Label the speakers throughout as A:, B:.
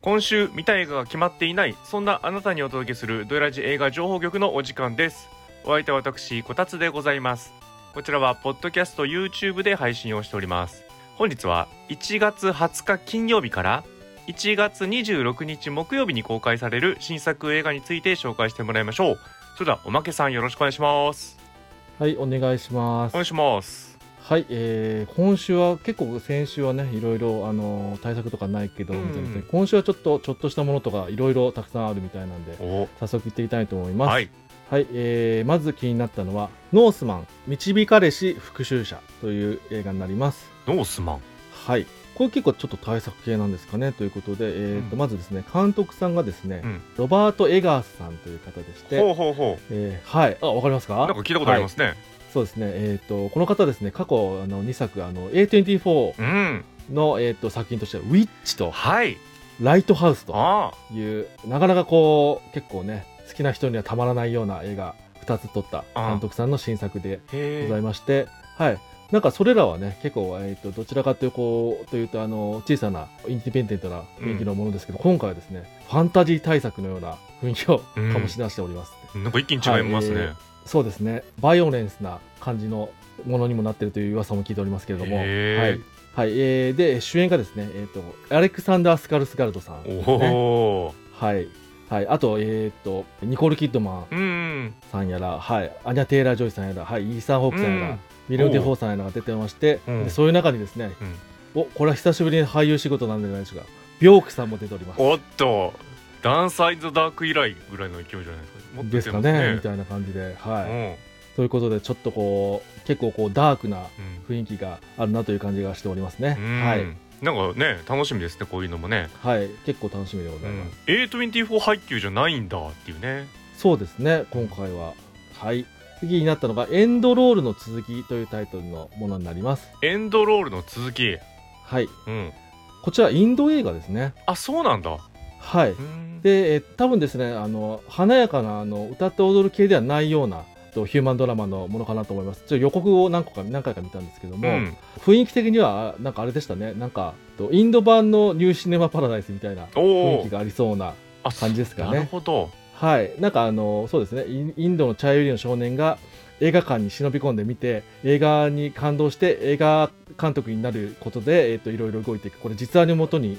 A: 今週見たい映画が決まっていないそんなあなたにお届けするドイラジ映画情報局のお時間ですお相手は私こたつでございますこちらはポッドキャスト YouTube で配信をしております本日は1月20日金曜日から1月26日木曜日に公開される新作映画について紹介してもらいましょうそれではおまけさんよろしくお願いします
B: はい、お願いしま
A: お
B: す。
A: 願いします
B: はい、えー今週は結構先週はね、いろいろあのー対策とかないけど、
A: うん
B: みたいな今週はちょっとちょっとしたものとかいろいろたくさんあるみたいなんで、
A: お
B: 早速行っていきたいと思います。
A: は
B: はい、
A: い
B: えーまず気になったのはノースマン導かれし復讐者という映画になります。
A: ノースマン
B: はい。これ結構ちょっと対策系なんですかねということで、えーと
A: うん
B: まずですね監督さんがですね、
A: うん
B: ロバート・エガースさんという方でして、
A: ほうほうほ
B: えーはいあわかります
A: う
B: か
A: なんか聞いたことありますね、
B: そうですね、えー、とこの方ですね過去あの2作あの A24
A: うん
B: の、えー、と作品としては「ウィッチ」と
A: はい
B: 「ライトハウス」と
A: あ
B: いうなかなかこう結構ね好きな人にはたまらないような映画2つ撮った
A: あ
B: 監督さんの新作で
A: あへ
B: ご
A: え
B: ざいまして、はい、なんかそれらはね結構、えー、とどちらかというこうというとあの小さなインディペンデントな雰囲気のものですけど、今回はですねファンタジー大作のような雰囲気を
A: うん
B: 醸し出しております。
A: なんか一気に違いますね、
B: はいそうですね、バイオレンスな感じのものにもなってるという噂も聞いておりますけれども、
A: へ
B: はいはいえーで主演がですね、えー、とアレクサンダー・スカルスガルドさん、
A: おお、
B: はいはい、あと,、えー、とニコール・キッドマン
A: うん
B: さんやら、はい、アニャ・テイラー・ジョイさんやら、はい、イーサン・ホークさんやら、
A: うん
B: ミル・デ・フォーさんやらが出てまして、
A: うん
B: でそういう中にですね、おこれは久しぶりに俳優仕事なんじゃないでしょうか、ビョークさんも出ております。
A: おっとダンサイズダーク以来ぐらいの勢いじゃないですかもっと
B: で
A: 出
B: す
A: て
B: か
A: ま
B: ねみたいな感じで、はいということでちょっとこう結構こうダークな雰囲気があるなという感じがしておりますね。
A: うん、うん
B: はい、
A: なんかね楽しみですねこういうのもね、
B: はい、結構楽しみでご
A: う
B: ざい
A: ん
B: ます。、
A: A24 配給じゃないんだっていうね
B: そうですね、今回は。はい、次になったのがエンドロールの続きというタイトルのものになります。
A: エンドロールの続き
B: はい、
A: うん
B: こちらインド映画ですね。
A: あそうなんだ
B: はい。
A: うん
B: で、えー多分ですね、あの華やかなあの歌って踊る系ではないような。とヒューマンドラマのものかなと思います。ちょっと予告を何個か何回か見たんですけど
A: う
B: も、
A: ん
B: 雰囲気的にはあなんかあれでしたね。なんかとインド版のニューシネマパラダイスみたいな
A: お
B: 雰囲
A: お
B: 気がありそうな感じですかね
A: なるほど
B: はい、なんかあのそうですねインインドの茶色いの少年が映画館に忍び込んでみて映画に感動して映画監督になることで、えー、といろいろ動いていくこれ実話のもとに、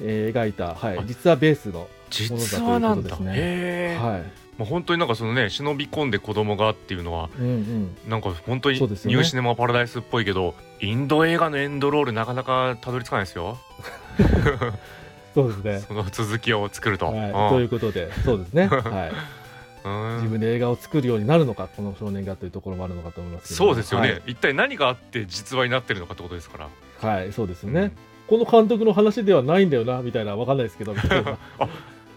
B: えー描いた、は
A: あ
B: い、実話ベースの、
A: 実話なん
B: という
A: だ
B: ことですね
A: へえ、
B: はい
A: まあ、本当になんかそのね忍び込んで子供がっていうのは
B: うんうん、
A: なんか本当にニ
B: そうですよね
A: ューシネマパラダイスっぽいけど、インド映画のエンドロールなかなかたどり着かないですよ。
B: そうですね。
A: その続きを作ると。
B: はい、ということでそ うですね、はい、
A: うん
B: 自分で映画を作るようになるのかこの少年がというところもあるのかと思いますけど
A: そうですよね、一体何があって実話になってるのかってことですから。
B: はい、はいそうですよね、この監督の話ではないんだよなみたいなわかんないですけどみ たいな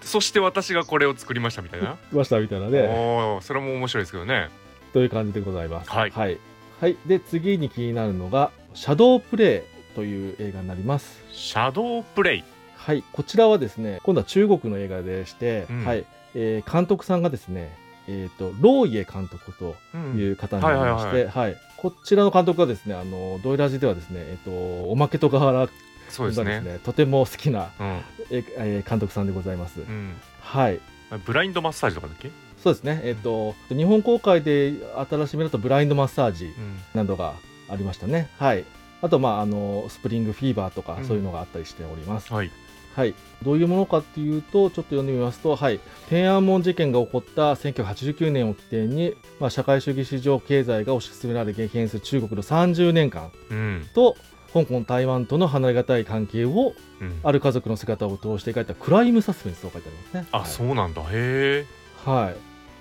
A: そして私がこれを作りましたみたいな。
B: ましたみたいな ね
A: おーそれも面白いですけどね。
B: という感じでございます。
A: はい
B: はい。はいで、次に気になるのが、シャドープレイという映画になります。
A: シャドープレイ。
B: はい。こちらはですね、今度は中国の映画でして、
A: うん
B: はい。えー監督さんがですね、えっ、と、ローイエ監督と
A: うん
B: いう方になりまし
A: うん
B: て、はい。こちらの監督がですね、あの、ドイラジではですね、えっ、と、おまけとかはら
A: そうですね。
B: とても好きな、
A: うん
B: えーえー監督さんでございます。
A: うん
B: はい。
A: ブラインドマッサージとかだっけ、
B: そうですね、えっ、と、日本公開で新しめだとブラインドマッサージ。などがありましたね。はい。あと、まあ、あの、スプリングフィーバーとか
A: う、ん
B: そういうのがあったりしております。
A: はい。
B: はい。どういうものかっていうと、ちょっと読んでみますと、はい。天安門事件が起こった1989年を起点に、まあ、社会主義市場経済が推し進められ、激変する中国の30年間
A: うん
B: と、香港、台湾との離れがたい関係を、
A: うん、
B: ある家族の姿を通して描いたクライムサスペンスと書いてありますね。
A: あそうなんだ。へえ。
B: はい。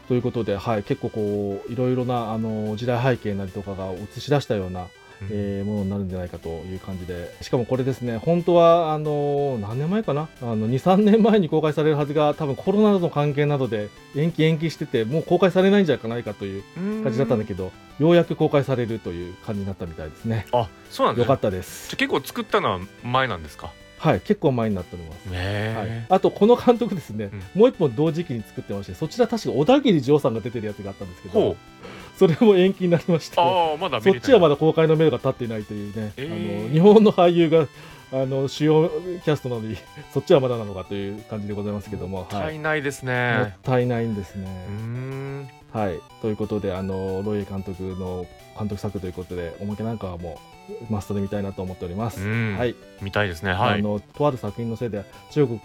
B: ということで、はい、結構こう、いろいろな、あの、時代背景なりとかが映し出したような、
A: うん
B: えーものになるんじゃないかという感じでしかもこれですね本当はあのー何年前かなあの23年前に公開されるはずが多分コロナの関係などで延期延期しててもう公開されないんじゃないかという感じだったんだけどようやく公開されるという感じになったみたいですね
A: あそうなんだ
B: よかったです
A: じゃあ結構作ったのは前なんですか
B: はい結構前になっておりますはい
A: へ、
B: あとこの監督ですね、
A: う
B: もう一本同時期に作ってましてそちら確か小田切丈さんが出てるやつがあったんですけ
A: ほ
B: どそれも延期になりまし
A: う
B: て
A: ああまだ
B: そっちはま
A: だ
B: だ公開の目が立っていないというね、
A: えー
B: あの日本の俳優があの主要キャストなのにそっちはまだなのかという感じでございますけども、は
A: 足
B: い、
A: りないです
B: もっ
A: ね。
B: たいないんです
A: う
B: ね
A: ー。ん。
B: はい、ということであのロイエ監督の監督作ということでおまけなんかはもうマストで見たいなと思っております。
A: うん
B: はい、
A: 見たいですね。は
B: あ
A: い。
B: のとある作品のせいで中国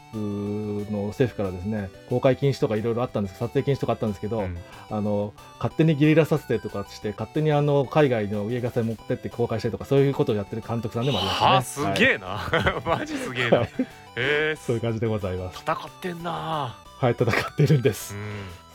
B: の政府からですね公開禁止とかいろいろあったんです撮影禁止とかあったんですけど、
A: うん
B: あの勝手にゲリラ撮影とかして勝手にあの海外の映画祭持ってって公開したりとかそういうことをやってる監督さんでもあり
A: はあ、
B: ます
A: す
B: ね。
A: げえな。 マジすげえな
B: はい。
A: ええ
B: そういう感じでございます。
A: 戦ってんな。
B: はい、戦ってるんです。
A: うん。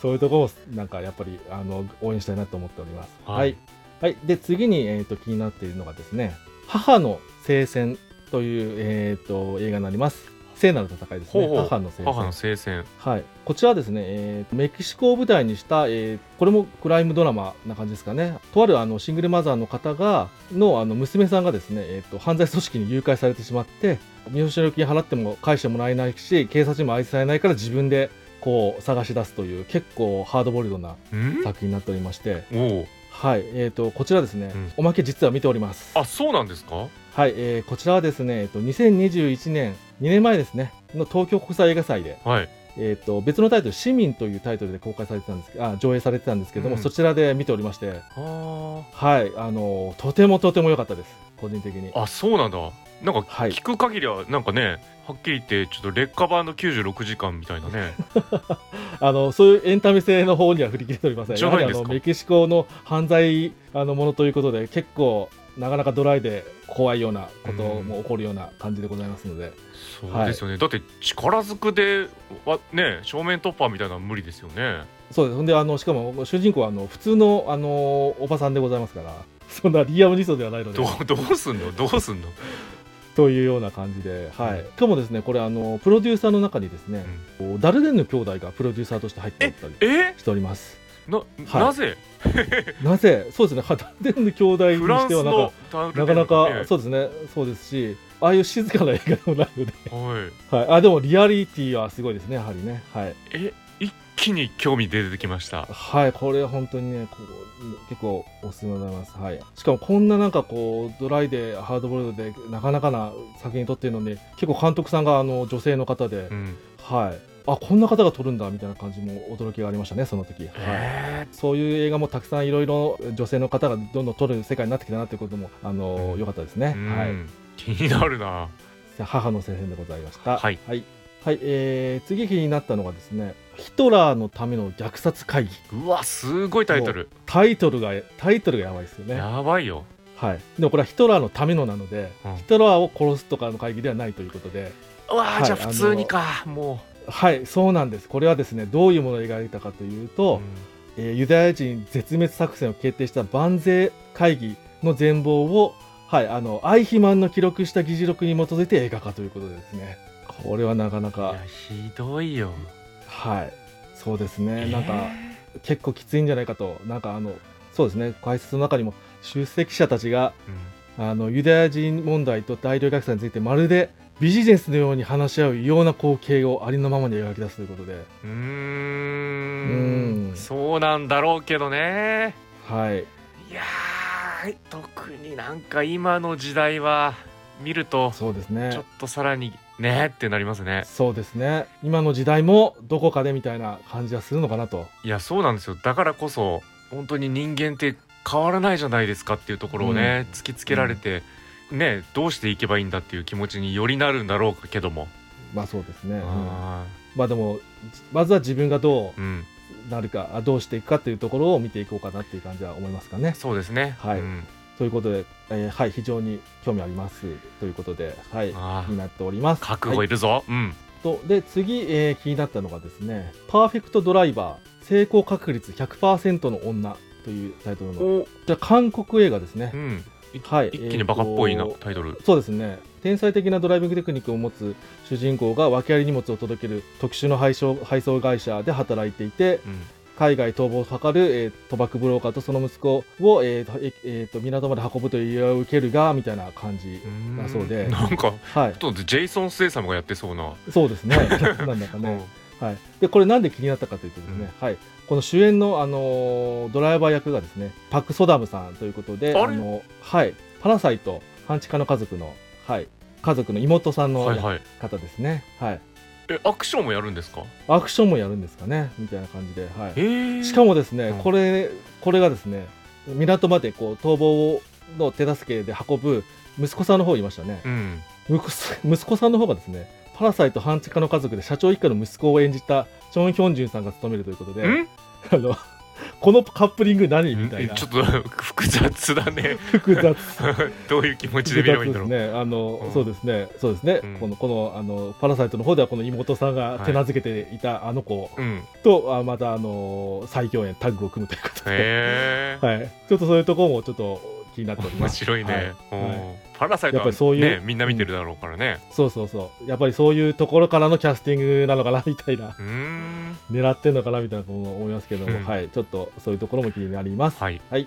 B: そういうところをなんかやっぱりあの応援したいなと思っております。
A: はい
B: はい。はいで次にえっ、と気になっているのがですね、母の聖戦というえっ、と映画になります。聖なる戦いですね。
A: ほうほう
B: 母の聖戦。
A: 母の聖戦。
B: はい。こちらはですね、えーメキシコを舞台にした、えーこれもクライムドラマな感じですかね。とあるあのシングルマザーの方がのあの娘さんがですね、えーと犯罪組織に誘拐されてしまって、身代金払っても返してもらえないし、警察にも愛されないから自分でこう探し出すという結構ハードボイルドな
A: うん。
B: 作品になっておりまして、
A: おお。
B: はい。えっ、とこちらですね、
A: うん
B: おまけ実は見ております。
A: あ、そうなんですか。
B: はい、えーこちらはですね、えっ、と2021年2年前ですねの東京国際映画祭で。
A: はい。
B: えー、と別のタイトル「市民」というタイトルで公開されてたんですけどあ上映されてたんですけども、
A: うん
B: そちらで見ておりまして
A: あ
B: はいあのとてもとても良かったです個人的に
A: あ。あ、そうなんだ。なんか
B: はい
A: 聞く限りはなんかね、はっきり言ってちょっと劣化版の96時間みたいなね。
B: あのそういうエンタメ性の方には振り切れておりません
A: じゃない
B: や
A: んです
B: はり
A: か
B: あのメキシコの犯罪あのものということで結構なかなかドライで怖いようなことも起こるような感じでございますので、
A: そうですよね。だって力ずくでわね正面突破みたいなのは無理ですよね。
B: そうですほんであのしかも主人公はあの普通のあのおばさんでございますからそんなリアム・ニソンではないので
A: どうどうすんのどうすんの。
B: というような感じで、はい、
A: うん
B: しかもですねこれあのプロデューサーの中にですね、ダルデンヌ兄弟がプロデューサーとして入っておったり
A: え
B: しております
A: な、
B: はい
A: なぜ
B: なぜそうですねはダルデンヌ兄弟に
A: フラ
B: し
A: ン
B: て
A: ス
B: はなん
A: の
B: か
A: ダルデン
B: なかな
A: ええ
B: かそうですねそうですしああいう静かな映画でもないので、
A: はい。
B: はい、あでもリアリティはすごいですねやはりねはい、
A: え一気に興味出てきました。
B: はい、これ本当にねこう結構おすすめでございます、はい、しかもこんななんかこうドライでハードボイルドでなかなかな作品撮ってるのに結構監督さんがあの女性の方で、
A: うん。
B: はい、あこんな方が撮るんだみたいな感じも驚きがありましたね、その時、はい
A: え
B: そういう映画もたくさんいろいろ女性の方がどんどん撮る世界になってきたなということもあの、
A: うん
B: 良かったですね、
A: えうん
B: はい、
A: 気になるな。
B: 母の聖戦でございました。
A: はい
B: はいはいえー次気になったのがですねヒトラーのための虐殺会議
A: うわすごいタイトル。
B: タイトルがタイトルがやばいですよね、
A: やばいよ。
B: はい、でもこれはヒトラーのためのなので、
A: うん
B: ヒトラーを殺すとかの会議ではないということで
A: うわ
B: はい
A: じゃあ普通にかも
B: はいそうなんですこれはですねどういうものを描いたかという
A: う。
B: と、
A: うん
B: えーユダヤ人絶滅作戦を決定した万税会議の全貌を、はい、あのアイヒマンの記録した議事録に基づいて映画化ということでですねこれはなかないか
A: やひどいよ。
B: はいそうですね、なんか
A: え
B: 結構きついんじゃないかとなんかあのそうですね解説の中にも出席者たちが
A: えうん
B: あのユダヤ人問題と大量虐殺についてまるでビジネスのように話し合う異様な光景をありのままに描き出すということで、
A: うー
B: うんん
A: そうなんだろうけどね
B: はい、
A: いやー特になんか今の時代は見ると
B: そうですね
A: ちょっとさらにねってなりますね
B: そうですね今の時代もどこかでみたいな感じはするのかなと
A: いやそうなんですよだからこそ本当に人間って変わらないじゃないですかっていうところをね、突きつけられて、ねどうしていけばいいんだっていう気持ちによりなるんだろうけども、
B: まあそうですね、うん
A: あ
B: まあでもまずは自分がど
A: ーうん、
B: うなるか、あどうしていくかというところを見ていこうかなっていう感じは思いますかね
A: そうですね
B: はい
A: うん
B: ということで、えーはい非常に興味ありますということではい
A: あ
B: 気
A: ー
B: になっております
A: 覚悟いるぞ、うん
B: とで次、えー気になったのがですね「パーフェクトドライバー成功確率100%の女」というタイトルのこ
A: お、
B: ちら韓国映画ですね、
A: うん、
B: はい
A: 一気にバカっぽいな、
B: えーと
A: タイトル
B: そうですね天才的なドライビングテクニックを持つ主人公が訳あり荷物を届ける特殊な配送配送会社で働いていて
A: うん
B: 海外逃亡を図る、えー賭博ブローカーとその息子を、えーとええーと港まで運ぶという依頼を受けるがみたいな感じ
A: う、ん
B: だそうで
A: なんか
B: はい
A: ちょっとジェイソン・スエ様がやってそうな、
B: そうです ねなんだかね、はい、でこれなんで気になったかというとですね、はい、この主演の、あのードライバー役がですねパク・ソダムさんということで
A: あれ
B: の、はい、パラサイト半地下の家族の、はい家族の妹さんの
A: はい
B: や
A: はい
B: 方ですね、はい
A: えアクションもやるんですか
B: アクションもやるんですかねみたいな感じで、はい、
A: へえ
B: しかもですね、
A: うん
B: これこれがですね港までこう逃亡の手助けで運ぶ息子さんの方いましたね、
A: うん
B: 息子息子さんの方がですねパラサイト半地下の家族で社長一家の息子を演じたチョン・ヒョンジュンさんが務めるということで、
A: ん
B: あのこのカップリング何みたい
A: え
B: な
A: ちょっと 複雑だね
B: 複雑
A: どういう気持ちで
B: 複
A: 見れば
B: 雑
A: いいん
B: で
A: だろう、
B: すねあの、
A: うん
B: そうですねそうですね、
A: うん
B: このこのあのパラサイトの方ではこの妹さんが手なずけていたあの子
A: うんへ
B: と、あまたあの最強演タッグを組むということで、
A: え
B: はい、ちょっとそういうところもちょっと気になっており
A: 面
B: ます。
A: 白いね、お
B: はい
A: ー
B: は
A: パラサイト
B: やっぱ
A: は
B: りそういう
A: ねみんな見てるだろうからね
B: そうそうそう。やっぱりそういうところからのキャスティングなのかなみたいな
A: う、ーん
B: 狙ってんのかなみたいなことも思いますけども、
A: うん
B: はい、ちょっとそういうところも気になります。
A: はい
B: は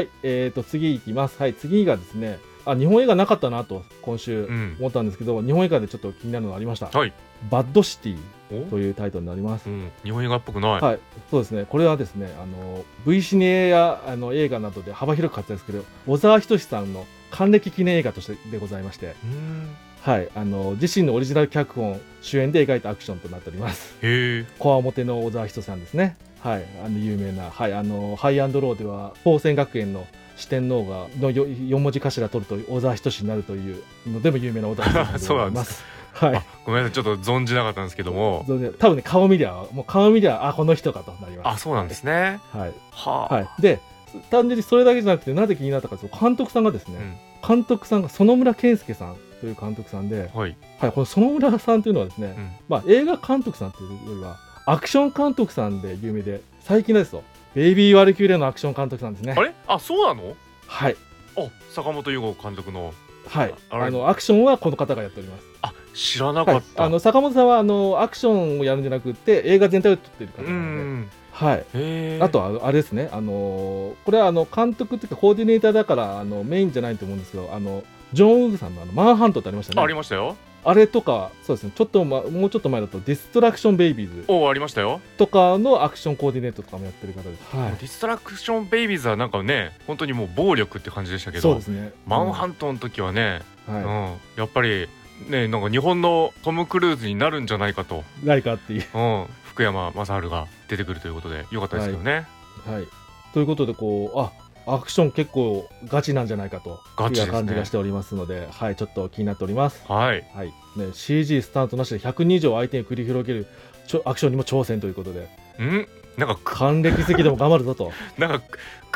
B: い、えーと、次いきます。はい、次がですね、あ、日本映画なかったなと、今週
A: うん
B: 思ったんですけど、日本映画でちょっと気になるのがありました。
A: はい
B: バッドシティ
A: お
B: というタイトルになります
A: う。ん日本映画っぽくない、
B: はい、そうですね、これはですね、あの V シネやあの映画などで幅広く活躍する小沢仁志さんの還暦記念映画としてでございまして、
A: うーん
B: はい、あの自身のオリジナル脚本、主演で描いたアクションとなっております。
A: へえ
B: コア表の小沢仁志さんですね、はい、あの有名な、はい、あのハイアンドローでは、宝泉学園の四天王がのよ4文字頭取ると小沢仁志になるというのでも有名な小沢 仁志さんで
A: そう
B: ござ
A: ないん
B: ま。
A: です
B: はい
A: あごめんなさいちょっと存じなかったんですけども
B: そうですね多分ね顔見りゃもう顔見りゃあこの人かとなりま
A: あ
B: す。
A: そうなんですね
B: はい
A: はあ、
B: はい、で単純にそれだけじゃなくてなぜ気になったかというと監督さんがですね、監督さんが園村健介さんという監督さんで、
A: うんはい、
B: はい、この園村さんというのはですね、
A: うん
B: まあ、映画監督さんというよりはアクション監督さんで有名で最近ですとベイビー・ワルキューレのアクション監督さんですね
A: あ。れあそうなの
B: はい、
A: あ坂本優吾監督の
B: はい、
A: あれ
B: あのアクションはこの方がやっております。
A: あ知らな
B: は
A: か
B: い
A: っ、た、
B: あの坂本さんはあのアクションをやるんじゃなくて映画全体を撮っている方
A: う
B: なので、
A: ん
B: はい、
A: へえ
B: あとはあのあれですね、あのーこれはあの監督というかコーディネーターだからあのメインじゃないと思うんですけど、あのジョン・ウグさんのあのマンハントってありましたね。
A: ありましたよ
B: あれとか、そうですね、ちょっと、ま、もうちょっと前だと、ディストラクション・ベイビーズ
A: おありましたよ
B: とかのアクションコーディネートとかもやってる方です。は
A: ディストラクションベイビーズはなんかね本当にもう暴力って感じでしたけ
B: い、
A: ど
B: そうですね。
A: マンハントの時はね、
B: うん、
A: うん
B: は
A: やっぱりねなんか日本のトム・クルーズになるんじゃないかと、
B: い、ライカーっていう。
A: うん、福山雅治が出てくるということでよかったですけどね、
B: はい、ということで、こう、あアクション結構ガチなんじゃないかと
A: ガチですね
B: いう感じがしておりますので、はい、ちょっと気になっております。
A: はい
B: はいね、CG スタントなしで102以上相手に繰り広げるちょアクションにも挑戦ということで、
A: うんなんかく
B: 還暦席でも頑張るぞと。
A: なんか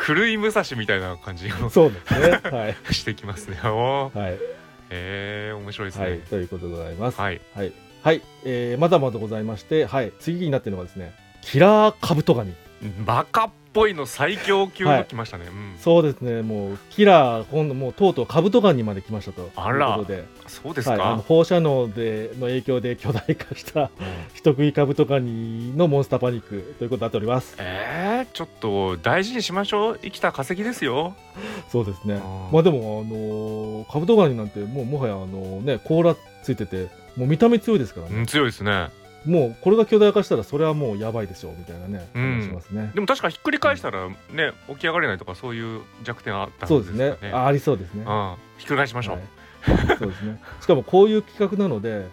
A: 狂い武蔵みたいな感じを
B: そうですね。はい。
A: してきます ねおー
B: はい。
A: へえ面白いですね
B: はい。ということでございます。
A: はい、
B: はい。はい。えーまだまだございまして、はい。次になってるのがですね、キラーカブトガニ。
A: バカっぽいの最強級
B: は
A: が
B: い
A: 来ましたね、うん
B: そうですね。もう、キラー、今度もうとうとうカブトガニまで来ましたと。
A: あら
B: ということで。
A: そうですか、
B: はい、あの放射能での影響で巨大化した
A: うん
B: 人食いカブトガニのモンスターパニックということになっております。
A: えー、ちょっと大事にしましょう生きた化石ですよ
B: そうですね
A: あ。ー
B: まあでも、あのーカブトガニなんて、もうもはや、あのね、甲羅ついてて、もう見た目強いですからね。
A: うん強いですね
B: もうこれが巨大化したらそれはもうやばいでしょうみたいなね、
A: うん
B: 話しますね。
A: でも確かひっくり返したらね起き上がれないとかそういう弱点あったん
B: そう
A: で
B: ですす
A: かね
B: ね。あありそうですね。
A: うん、ひっくり返しましょう、
B: はいそうですね。 しかもこういう企画なので、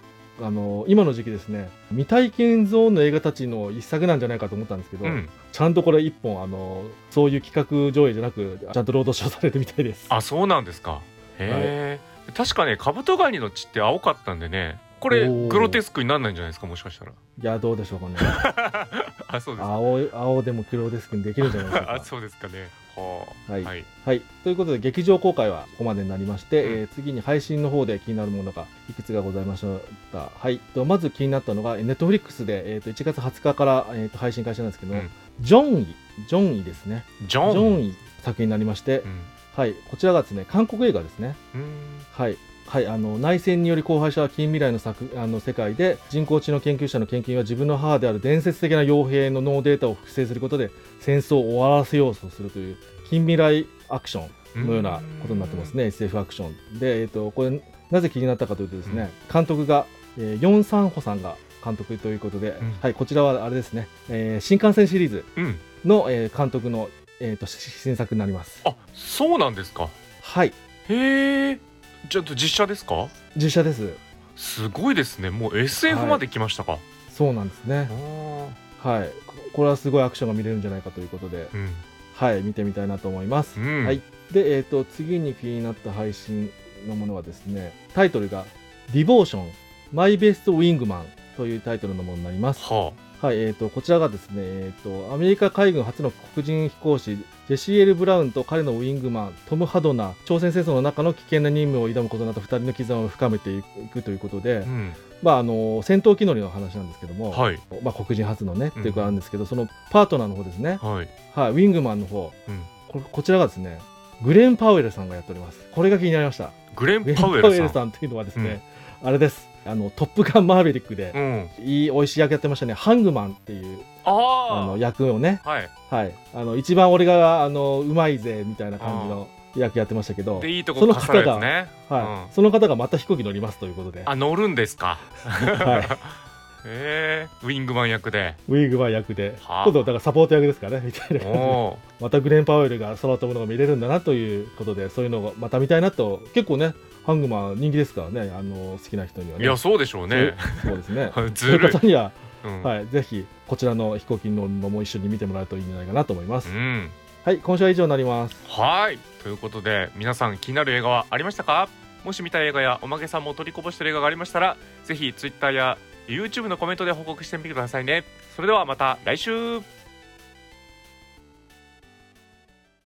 B: あの今の時期ですね、未体験ゾーンの映画たちの一作なんじゃないかと思ったんですけど、
A: うん
B: ちゃんとこれ一本あのそういう企画上映じゃなく、ちゃんと労働賞されてみたいです。
A: あそうなんですかへえ、確かねカブトガニの血って青かったんでねこれ
B: おー
A: グロテスクになんないんじゃないですかもしかしたら
B: いやどうでしょうかね。
A: あそうですか
B: 青い青でも黒デスクにできるんじゃないでしょう
A: あ
B: か。
A: そうですかねはあ
B: はい
A: はい、
B: はい、ということで劇場公開はここまでになりまして、
A: うん
B: えー次に配信の方で気になるものがいくつかございました、はい、とまず気になったのがネットフリックスで、えー、と1月20日から、えー、と配信開始なんですけど、
A: うん
B: ジョンイジョンイですね
A: ジ
B: ジ
A: ョン
B: ョンイ作品になりまして、はい、こちらがですね韓国映画ですね
A: うんうん
B: はいはい、あの内戦により荒廃した近未来の作あの世界で人工知能研究者の研究は自分の母である伝説的な傭兵の脳データを複製することで戦争を終わらせようとするという近未来アクションのようなことになってますね、SF アクション。で、えっとこれ、なぜ気になったかというとですね、監督が、えーヨン・サンホさんが監督ということで、
A: ん
B: はい、こちらはあれですね、えー新幹線シリーズ
A: うん
B: の、えー監督の、えー、とし新作になります。
A: あそうなんですか
B: はい、
A: へえちょっと実写ですか
B: 実写です
A: すごいですねもう SF まで来ましたか、
B: そうなんですね
A: あ
B: はいここれはすごいアクションが見れるんじゃないかということで
A: ー
B: はい見てみたいなと思います
A: う、ん、うん
B: はいで、えー、と次に気になった配信のものはですねタイトルが「ディボーションマイベストウィングマン」というタイトルのものになります、
A: は
B: はいえー、とこちらがですね、えー、とアメリカ海軍初の黒人飛行士ジェシー・エル・ブラウンと彼のウィングマントム・ハドナー朝鮮戦争の中の危険な任務を挑むことなど2人の絆を深めていくということで、
A: あ、うん、
B: まあ、あの戦闘機乗りの話なんですけども、
A: はい
B: まあ、黒人初のねっていうこと
A: うん
B: なんですけど、そのパートナーの方ですね、
A: はい、
B: はい、ウィングマンの方
A: うん、
B: ここちらがですねグレン・パウエルさんがやっておりますこれが気になりました
A: グレ
B: グレ
A: ン・
B: ン・
A: パ
B: パ
A: ウ
B: ウ
A: エ
B: エ
A: ル
B: ル
A: さん
B: さんというのはですね、あれですあの「トップガンマーヴェリックで」
A: うん
B: いい美味しい役やってましたねハングマンっていうあ
A: あ
B: の役をね
A: あはい
B: はいあの一番俺があのうまいぜみたいな感じの役やってましたけど
A: でいいとこ
B: その
A: かされる
B: 方
A: や
B: が
A: つね
B: はい、
A: うん
B: その方がまた飛行機乗りますということで、
A: あ乗るんですか
B: はい、
A: えー、ウィングマン役で
B: ウィングマン役で
A: はあ
B: 今度はだからサポート役ですからねみた
A: お
B: いな感じで
A: お
B: またグレン・パウエルが空飛ぶのが見れるんだなということでそういうのをまた見たいなと結構ねハングマン人気ですからねあの好きな人には
A: ー
B: ね
A: いやそうでしょうね
B: そうそうですねそうい
A: ず
B: う
A: るい、
B: 方には、
A: うん
B: はい、ぜひこちらの飛行機のも一緒に見てもらうといいんじゃないかなと思います、
A: うん
B: はい今週は以上になります
A: はいということで皆さん気になる映画はありましたかもし見た映画やおまけさんも取りこぼした映画がありましたらぜひ Twitter や YouTube のコメントで報告してみてくださいねそれではまた来週